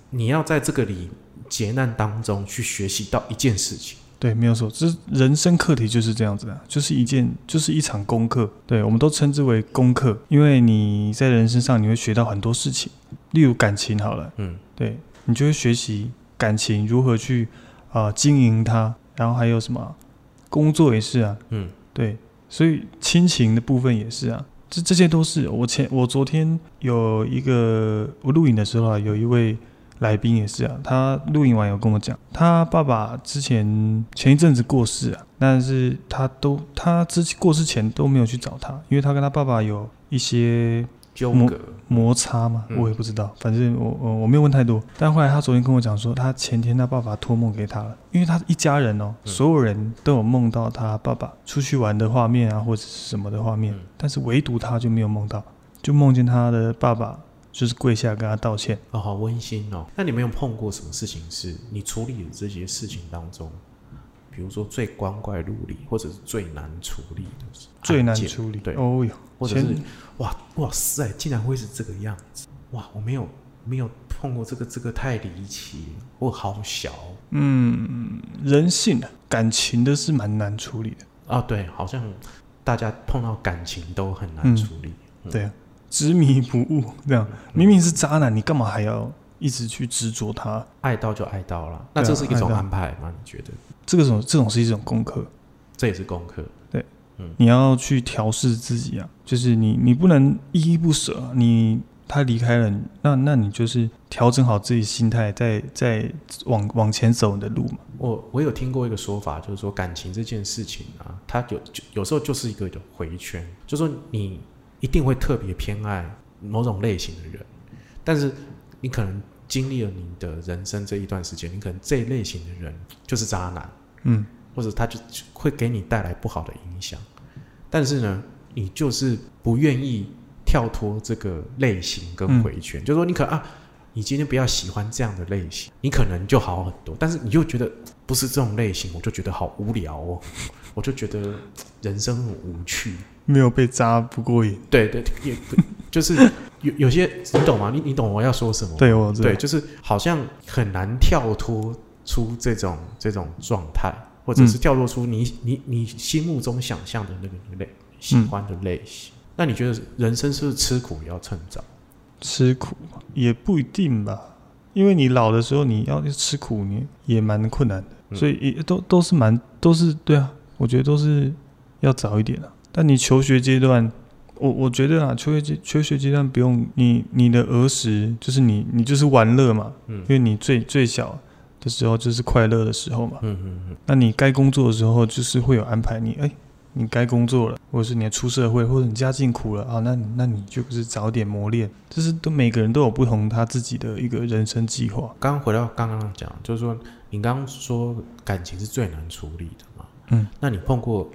S1: 你要在这个里劫难当中去学习到一件事情。
S2: 对，没有错，这人生课题就是这样子的，啊就是一件，就是一场功课。对，我们都称之为功课，因为你在人生上你会学到很多事情，例如感情好了，
S1: 嗯，
S2: 对你就会学习感情如何去啊经营它，然后还有什么啊工作也是啊，
S1: 嗯，
S2: 对，所以亲情的部分也是啊，这这些都是我前我昨天有一个我录影的时候啊，有一位来宾也是啊，他录影完有跟我讲，他爸爸之前前一阵子过世啊，但是他都他之过世前都没有去找他，因为他跟他爸爸有一些
S1: 纠
S2: 嗯
S1: 葛，
S2: 摩擦嘛，
S1: 嗯
S2: 我也不知道，反正我我我没有问太多。但后来他昨天跟我讲说，他前天他爸爸托梦给他了，因为他一家人哦，
S1: 嗯
S2: 所有人都有梦到他爸爸出去玩的画面啊，或者是什么的画面，
S1: 嗯
S2: 但是唯独他就没有梦到，就梦见他的爸爸就是跪下跟他道歉。
S1: 哦，好温馨哦。那你没有碰过什么事情是你处理的这些事情当中，比如说最光怪陆离，或者是最难处理的案件
S2: 最难处理。
S1: 对
S2: 哦哟，
S1: 或者是
S2: 前
S1: 哇哇塞，竟然会是这个样子，哇，我没有没有碰过这个，这个太离奇了，我好小哦
S2: 嗯，人性啊，感情的是蛮难处理的。
S1: 啊，对，好像大家碰到感情都很难
S2: 嗯
S1: 处理，嗯
S2: 对啊，执迷不悟这样，明明是渣男，你干嘛还要一直去执着他？
S1: 爱到就爱到了，那
S2: 对啊
S1: 这是一种
S2: 爱到
S1: 安排吗？你觉得？
S2: 这个种这种是一种功课。
S1: 这也是功课，
S2: 你要去调试自己啊，就是你你不能依依不舍啊、你他离开了，那那你就是调整好自己心态，再再往往前走你的路嘛。
S1: 我我有听过一个说法，就是说感情这件事情啊，它有就有时候就是一个回圈，就说你一定会特别偏爱某种类型的人，但是你可能经历了你的人生这一段时间，你可能这一类型的人就是渣男，
S2: 嗯，
S1: 或者他就会给你带来不好的影响，但是呢，你就是不愿意跳脱这个类型跟回圈，就说你可能啊，你今天不要喜欢这样的类型，你可能就好很多，但是你又觉得不是这种类型，我就觉得好无聊哦，我就觉得人生很无趣。
S2: 没有被扎不过瘾。
S1: 对对，也不就是有有些你懂吗？你你懂我要说什么吗？
S2: 对，我知道
S1: 对，。就是好像很难跳脱出这种这种状态，或者是跳脱出你、你你心目中想象的那个类喜欢的类型。那你觉得人生是不是吃苦也要趁早？啊
S2: 吃苦嘛也不一定吧，因为你老的时候你要吃苦，你也蛮困难的，
S1: 嗯
S2: 所以也都都是蛮都是对啊，我觉得都是要早一点啊。但你求学阶段，我我觉得啊，求学阶求学阶段不用你你的儿时就是你你就是玩乐嘛，
S1: 嗯
S2: 因为你最最小的时候就是快乐的时候嘛，
S1: 嗯嗯嗯，
S2: 那你该工作的时候，就是会有安排你，哎，你该工作了，或者是你出社会，或者你家境苦了啊，那你那你就是早点磨练，就是都每个人都有不同他自己的一个人生计划。
S1: 刚刚回到刚刚讲，就是说你刚刚说感情是最难处理的嘛？
S2: 嗯，
S1: 那你碰过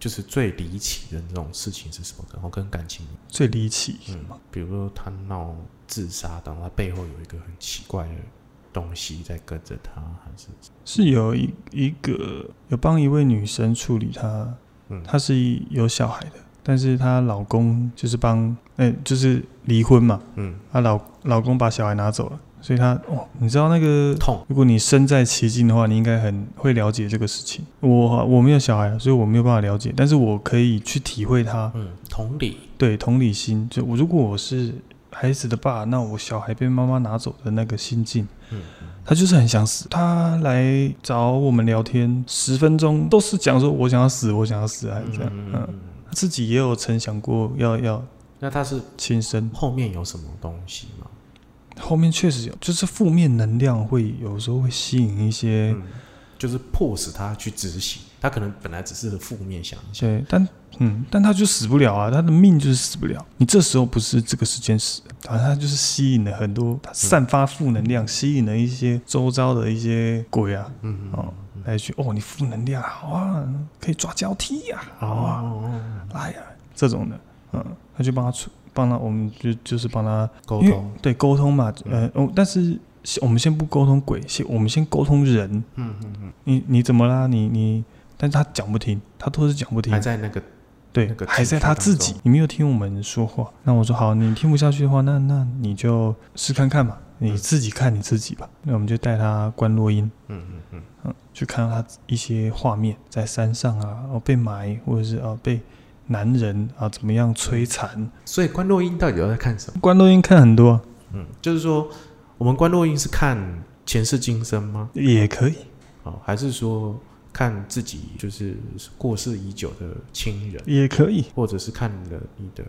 S1: 就是最离奇的那种事情是什么？然后跟感情，
S2: 最离奇，
S1: 嗯，比如说他闹自杀，然后他背后有一个很奇怪的东西在跟着他，还是
S2: 是有一一个有帮一位女生处理她
S1: 嗯，
S2: 她是有小孩的，但是她老公就是帮，哎，就是离婚嘛，
S1: 嗯
S2: 她老老公把小孩拿走了，所以她哦，你知道那个
S1: 痛。
S2: 如果你身在其境的话，你应该很会了解这个事情。我我没有小孩，啊所以我没有办法了解，但是我可以去体会他。
S1: 嗯，同理，
S2: 对，同理心，就我如果我是孩子的爸，那我小孩被妈妈拿走的那个心境，
S1: 嗯，
S2: 他就是很想死。他来找我们聊天，十分钟都是讲说我想要死，我想要死，还是这样。嗯，他自己也有曾想过要要
S1: 那他是
S2: 轻生，
S1: 后面有什么东西吗？
S2: 后面确实有，就是负面能量会有时候会吸引一些。
S1: 嗯，就是迫使他去执行，他可能本来只是负面想一想，
S2: 对，但嗯，但他就死不了啊，他的命就是死不了。你这时候不是这个时间死，啊，他就是吸引了很多，他散发负能量，吸引了一些周遭的一些鬼啊，
S1: 嗯
S2: 哦，来去哦，你负能量好啊，可以抓交替呀、啊，好啊，
S1: 哦，
S2: 哎呀，这种的，嗯，他就帮他处，帮他，我们就就是帮他
S1: 沟
S2: 因为
S1: 通，
S2: 对沟通嘛，
S1: 嗯
S2: 呃，哦，但是先我们先不沟通鬼，先我们先沟通人，
S1: 嗯嗯
S2: 你你怎么啦？你你，但是他讲不听，他都是讲不
S1: 嗯，
S2: 听啊
S1: 还，在那个，
S2: 对
S1: 那个，
S2: 还在他自己
S1: 情绪当中，
S2: 你没有听我们说话。那我说好，你听不下去的话，那那你就试看看嘛，你自己看你自己吧。那我们就带他观落音，
S1: 嗯嗯嗯，
S2: 嗯，去看到他一些画面，在山上啊，哦被埋，或者是哦被男人啊怎么样摧残。
S1: 所以观落音到底要在看什么？
S2: 观落音看很多啊、
S1: 嗯，就是说我们观落音是看前世今生吗？
S2: 也可以，
S1: 哦，还是说看自己就是过世已久的亲人，
S2: 也可以，
S1: 或者是看了你的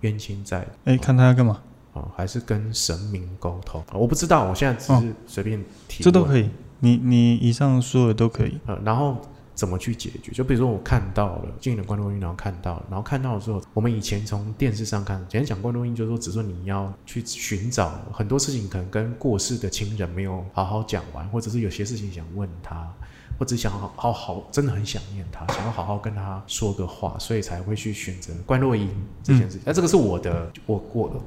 S1: 冤亲债主？
S2: 哎，看他要干嘛，
S1: 哦，还是跟神明沟通、啊我不知道，我现在只是随便提、
S2: 哦这都
S1: 以。
S2: 可以。你你以上说的都可以，
S1: 呃，然后怎么去解决？就比如说我看到了进了关洛音，然后看到了，然后看到的时候，我们以前从电视上看，以前讲关洛音，就是说只是说你要去寻找很多事情，可能跟过世的亲人没有好好讲完，或者是有些事情想问他。或者想好好好，真的很想念他，想要好好跟他说
S2: 嗯
S1: 个话，所以才会去选择关洛音这件事情。那、这个是我的，我我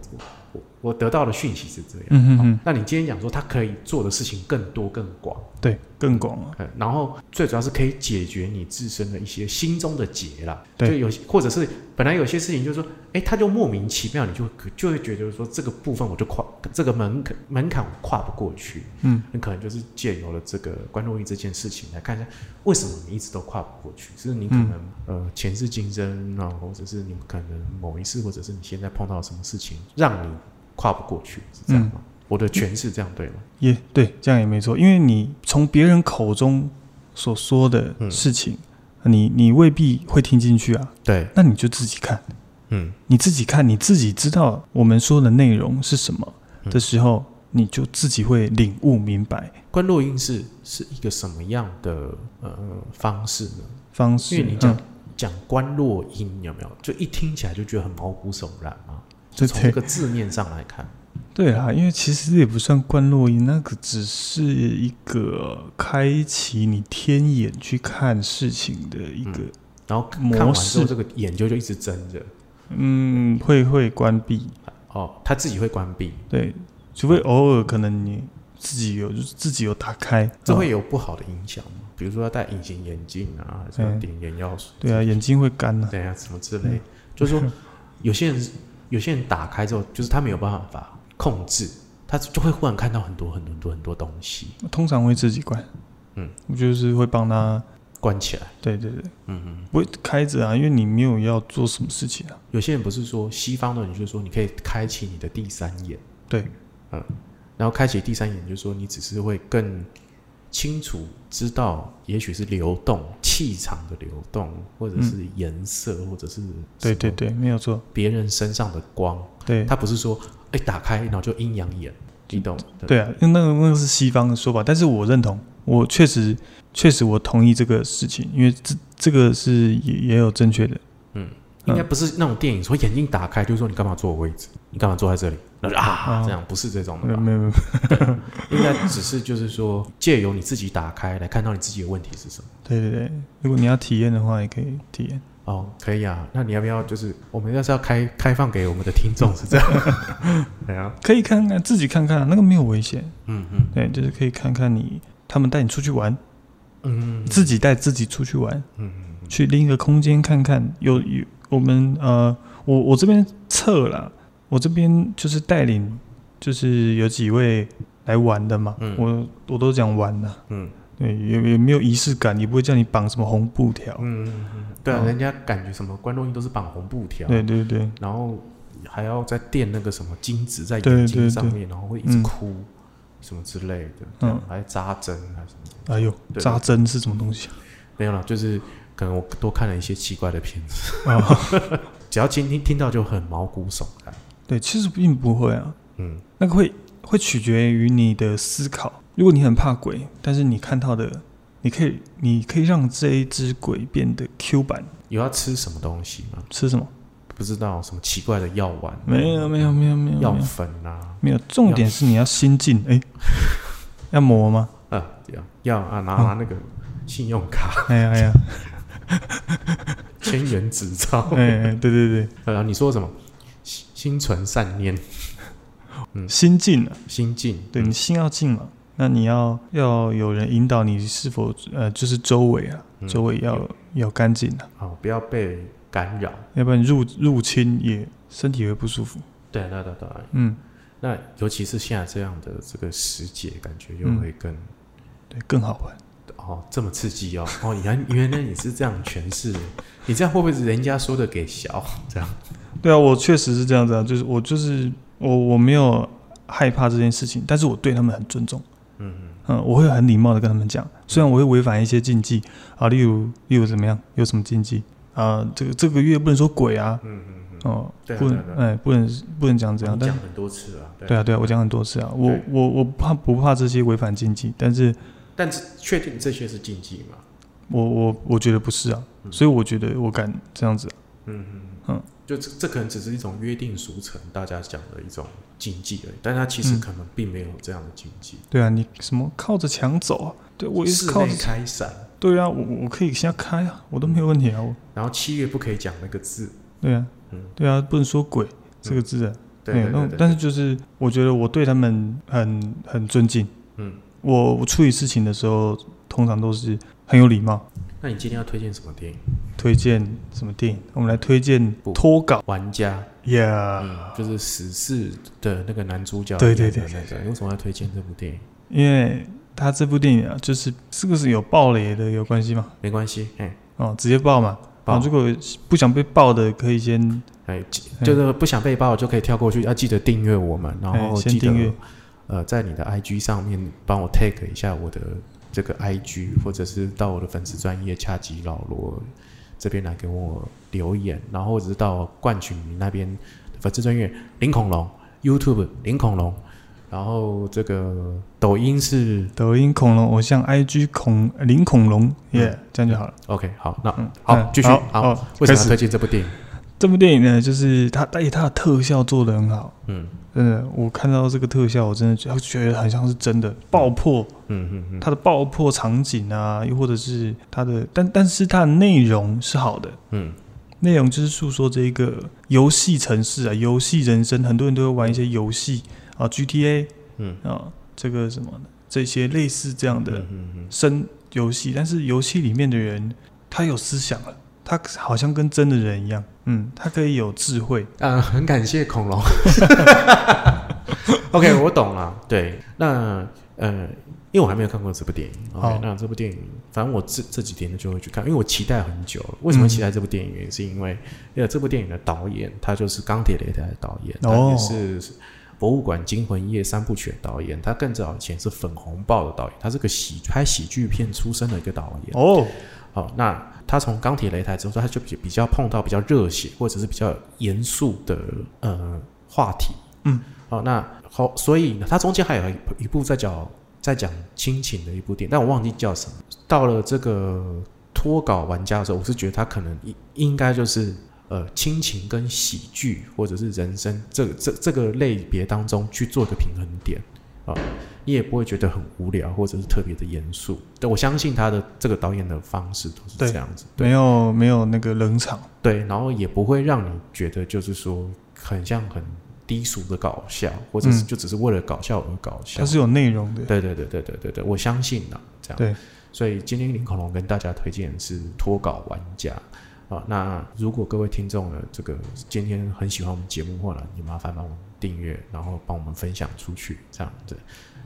S1: 我我得到的讯息是这样。
S2: 嗯哼哼，
S1: 那你今天讲说他可以做的事情更多更广，
S2: 对，更广了，
S1: 呃，然后最主要是可以解决你自身的一些心中的结啦。
S2: 对
S1: 就有些或者是本来有些事情就是说，哎，他就莫名其妙，你就会就会觉得说这个部分我就跨这个门槛门槛我跨不过去，
S2: 嗯，
S1: 很可能就是借由了这个关洛易这件事情来看一下，为什么你一直都跨不过去？是你可能、
S2: 嗯
S1: 呃前世今生啊，或者是你可能某一次，或者是你现在碰到什么事情让你跨不过去，是这样吗？
S2: 嗯
S1: 我的诠释这样对吗？
S2: 也对，这样也没错，因为你从别人口中所说的
S1: 嗯
S2: 事情，你你未必会听进去啊，
S1: 对，
S2: 那你就自己看，
S1: 嗯
S2: 你自己看，你自己知道我们说的内容是什么
S1: 嗯
S2: 的时候，你就自己会领悟明白
S1: 关洛音是是一个什么样的呃方式呢？
S2: 方
S1: 因
S2: 式。
S1: 为你讲、
S2: 嗯
S1: 讲关洛音有没有？就一听起来就觉得很毛骨悚然嘛。就
S2: 对
S1: 从这个字面上来看，
S2: 对啊，因为其实也不算观落音，那个只是一个开启你天眼去看事情的一个，
S1: 然后嗯看
S2: 模
S1: 完之
S2: 式
S1: 后，这个眼睛就一直睁着，
S2: 嗯，会会关闭，
S1: 哦，它自己会关闭，
S2: 对，除非偶尔可能你自己有就是自己有打开，
S1: 这会
S2: 哦
S1: 有不好的影响吗？比如说要戴隐形眼镜啊，还是要
S2: 嗯
S1: 点眼药水？
S2: 对啊，眼睛会干啊，
S1: 对啊，什么之类，就是说有些人有些人打开之后，就是他没有办法控制，他就会忽然看到很多很多很多很多东西
S2: 通常会自己关，
S1: 嗯，
S2: 我就是会帮他，
S1: 关起来。
S2: 对对对，
S1: 嗯嗯。
S2: 不会开着啊，因为你没有要做什么事情啊，
S1: 有些人不是说西方的人就是说你可以开启你的第三眼，
S2: 对，
S1: 嗯，然后开启第三眼就是说你只是会更清楚知道，也许是流动气场的流动，或者是颜色，或者是
S2: 对对对，没有错，
S1: 别人身上的光，
S2: 对，
S1: 他不是说哎打开然后就阴阳眼，你懂？
S2: 嗯对啊，那个那个是西方的说法，但是我认同，我确实确实我同意这个事情，因为这这个是也也有正确的，嗯
S1: 应该不是那种电影说眼睛打开就是说你干嘛坐我位置，你干嘛坐在这里，然后就啊
S2: 哦
S1: 这样不是这种
S2: 没
S1: 的
S2: 有
S1: 吧？
S2: 没有没有，
S1: 应该只是就是说借由你自己打开来看到你自己的问题是什么。
S2: 对对对，如果你要体验的话，也可以体验，
S1: 哦，可以啊。那你要不要就是我们要是要开开放给我们的听众是这样？ 对啊，
S2: 可以看看自己看看、那个没有危险，
S1: 嗯嗯
S2: 对，就是可以看看你他们带你出去玩，
S1: 嗯
S2: 自己带自己出去玩，
S1: 嗯嗯嗯
S2: 去另一个空间看看，有有我们呃，我我这边测了，我这边就是带领，就是有几位来玩的嘛，
S1: 嗯
S2: 我我都讲玩了。
S1: 嗯
S2: 对，也也没有仪式感，也不会叫你绑什么红布条。
S1: 嗯嗯嗯，对啊，
S2: 哦
S1: 人家感觉什么关东音都是绑红布条，
S2: 对对对
S1: 然后还要再垫那个什么金子在
S2: 对
S1: 眼
S2: 对
S1: 睛
S2: 对
S1: 上面，然后会一直
S2: 嗯
S1: 哭。什么之类的，这样
S2: 嗯
S1: 还扎针还是什么的？
S2: 哎呦，
S1: 对
S2: 扎针是什么东西啊？
S1: 没有啦，就是可能我多看了一些奇怪的片子，
S2: 啊，
S1: 只要今天听到就很毛骨悚然。
S2: 对，其实并不会啊，
S1: 嗯，
S2: 那个会会取决于你的思考。如果你很怕鬼，但是你看到的，你可以你可以让这一只鬼变得 Q 版，
S1: 有要吃什么东西吗？
S2: 吃什么？
S1: 不知道什么奇怪的药丸？啊
S2: 没有没有没有没有
S1: 药
S2: 没有
S1: 粉啊，
S2: 没有，重点是你要心境，哎， 要磨吗？
S1: 啊，要要啊，拿拿那个信用卡、
S2: 哎呀哎 呀，
S1: 千元执照。
S2: 哎哎，对对对，
S1: 然后你说什么？心心存善念，
S2: 心境啊。
S1: 心境。
S2: 对你心要静嘛，那你要要有人引导你，是否呃就是周围啊，
S1: 嗯
S2: 周围要、要干净啊，
S1: 好，不要被干扰。
S2: 要不然入入侵也身体会不舒服。
S1: 对对对对。
S2: 嗯，
S1: 那尤其是现在这样的这个时节，感觉
S2: 嗯
S1: 又会更、
S2: 对，更好玩。
S1: 哦这么刺激哦。哦，原原来你是这样诠释的，你这样会不会是人家说的给小这样？
S2: 对啊，我确实是这样子啊，就是我就是我我没有害怕这件事情，但是我对他们很尊重。
S1: 嗯，
S2: 嗯，我会很礼貌的跟他们讲，虽然我会违反一些禁忌啊，例如例如怎么样，有什么禁忌啊？这个这个月不能说鬼啊，
S1: 嗯嗯嗯。
S2: 哦、
S1: 对啊
S2: 不能
S1: 对啊对
S2: 哎，不能不能讲怎样，
S1: 你
S2: 但
S1: 讲很多次了，对
S2: 对啊，对啊，我讲很多次啊，我
S1: 对
S2: 我我不怕不怕这些违反禁忌，但是
S1: 但是确定这些是禁忌嘛？
S2: 我我我觉得不是啊，
S1: 嗯
S2: 所以我觉得我敢这样子啊、
S1: 嗯嗯嗯
S2: 嗯，
S1: 就这这可能只是一种约定俗成，大家讲的一种禁忌而已，但它其实
S2: 嗯
S1: 可能并没有这样的禁忌。
S2: 对啊，你什么靠着墙走啊？对我也
S1: 室
S2: 是靠着
S1: 内，开伞，
S2: 对啊，我我可以现在开啊，我都没有问题啊，我
S1: 然后七月不可以讲那个字，
S2: 对啊
S1: 嗯，
S2: 对啊，不能说鬼这个字啊，
S1: 对
S2: 没有
S1: 对
S2: 那种
S1: 对，对
S2: 但是就是我觉得我对他们很很尊敬。
S1: 嗯，
S2: 我我处理事情的时候，通常都是很有礼貌。
S1: 那你今天要推荐什么电影？
S2: 推荐什么电影？我们来推荐
S1: 不
S2: 《脱稿
S1: 玩家，》
S2: ，Yeah，
S1: 嗯，就是死侍的那个男主角，
S2: 对对对
S1: 对对，你为什么要推荐这部电影？
S2: 因为他这部电影啊，就是这个是有暴雷的，有关系吗？
S1: 没关系，哎，
S2: 哦，直接爆嘛。
S1: 爆
S2: 啊，如果不想被爆的，可以先
S1: 哎，记就是不想被爆就可以跳过去，要记得订阅我们，然后
S2: 哎先
S1: 记得
S2: 订阅
S1: 呃，在你的 IG 上面帮我 take 一下我的这个 IG，或者是到我的粉丝专业恰吉老罗这边来给我留言，然后或者是到冠群那边粉丝专业林恐龙 YouTube 林恐龙，然后这个抖音是
S2: 抖音恐龙偶像 IG 恐林恐龙，Yeah，这
S1: 嗯
S2: 样就好了。
S1: OK，好，那
S2: 嗯，
S1: 好
S2: 嗯
S1: 继续好
S2: 好，
S1: 为什么
S2: 开
S1: 要
S2: 始
S1: 推荐这部电影？
S2: 这部电影呢，就是它，而且它的特效做得很好，
S1: 嗯
S2: 真的，我看到这个特效，我真的觉得觉得很像是真的爆破，
S1: 嗯嗯嗯，
S2: 它的爆破场景啊，又或者是它的，但但是它的内容是好的，
S1: 嗯
S2: 内容就是诉说这一个游戏城市啊，游戏人生，很多人都会玩一些游戏啊，GTA
S1: 嗯
S2: 啊，这个什么的，这些类似这样的
S1: 嗯嗯
S2: 生游戏，但是游戏里面的人他有思想了，他好像跟真的人一样，嗯，他可以有智慧，
S1: 嗯，呃，很感谢恐龙。OK，我懂了。对，那呃，因为我还没有看过这部电影。OK，
S2: 好
S1: 那这部电影，反正我这这几天就会去看，因为我期待很久了。为什么期待这部电影？原因是因为，呃，这部电影的导演他就是《钢铁雷达》的导演，他
S2: 哦
S1: 也是《博物馆惊魂夜》三部曲的导演。他更早以前是《粉红豹》的导演，他是个喜拍喜剧片出身的一个导演。
S2: 哦，
S1: 好，那他从钢铁擂台之后，他就比比较碰到比较热血或者是比较严肃的呃话题。
S2: 嗯，
S1: 好，那好，所以呢，他中间还有一一部在讲在讲亲情的一部电影，但我忘记叫什么。到了这个脱稿玩家的时候，我是觉得他可能应应该就是。呃，亲情跟喜剧或者是人生这这这个类别当中去做一个平衡点啊、你也不会觉得很无聊或者是特别的严肃。但我相信他的这个导演的方式都是
S2: 对
S1: 这样子，
S2: 没有没有那个冷场，
S1: 对，然后也不会让你觉得就是说很像很低俗的搞笑，或者是
S2: 嗯
S1: 就只是为了搞笑而搞笑。
S2: 它是有内容的，
S1: 啊对对对对对对对，我相信啦，这样。
S2: 对，
S1: 所以今天林恐龙跟大家推荐的是脱稿玩家。啊，那如果各位听众呢，这个今天很喜欢我们节目的话呢，你麻烦帮我们订阅，然后帮我们分享出去，这样子。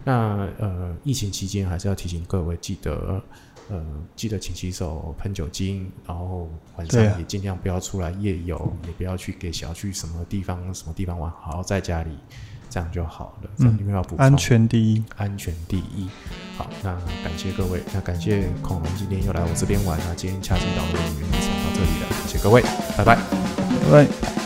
S1: 那呃，疫情期间还是要提醒各位，记得呃，记得勤洗手、喷酒精，然后晚上
S2: 对啊
S1: 也尽量不要出来夜游，也不要去给小去什么地方什么地方玩，好好在家里，这样就好了。这样
S2: 嗯
S1: 因为要补
S2: 安
S1: 充
S2: 全第一，
S1: 安全第一。好，那感谢各位，那感谢恐龙今天又来我这边玩那今天恰吉岛的演员就到这里了，谢谢各位，拜拜。
S2: 拜拜。